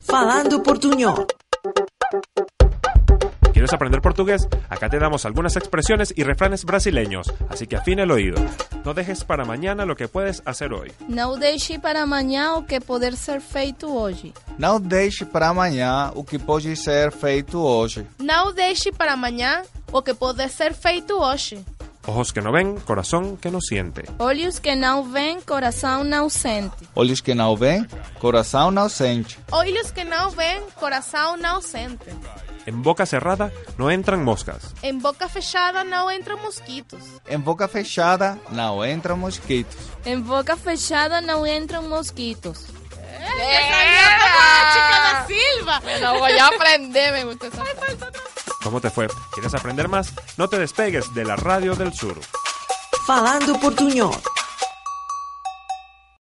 Falando Portuñol. ¿Quieres aprender portugués? Acá te damos algunas expresiones y refranes brasileños, así que afina el oído. No dejes para mañana lo que puedes hacer hoy. Não deixe para amanhã o que poder ser feito hoje. Não deixe para amanhã o que pode ser feito hoje. Não deixe para amanhã o que poder ser feito hoje. Ojos que no ven, corazón que no siente. Olhos que não veem, coração não sente. Olhos que não veem, coração não sente. Olhos que não veem, coração não sente. En boca cerrada no entran moscas. Em boca fechada não entram mosquitos. Em boca fechada não entram mosquitos. Em boca fechada não entram mosquitos. É, Não vou aprender, me gusta essa frase. ¿Cómo te fue? ¿Quieres aprender más? No te despegues de la radio del sur. Falando Portuñol.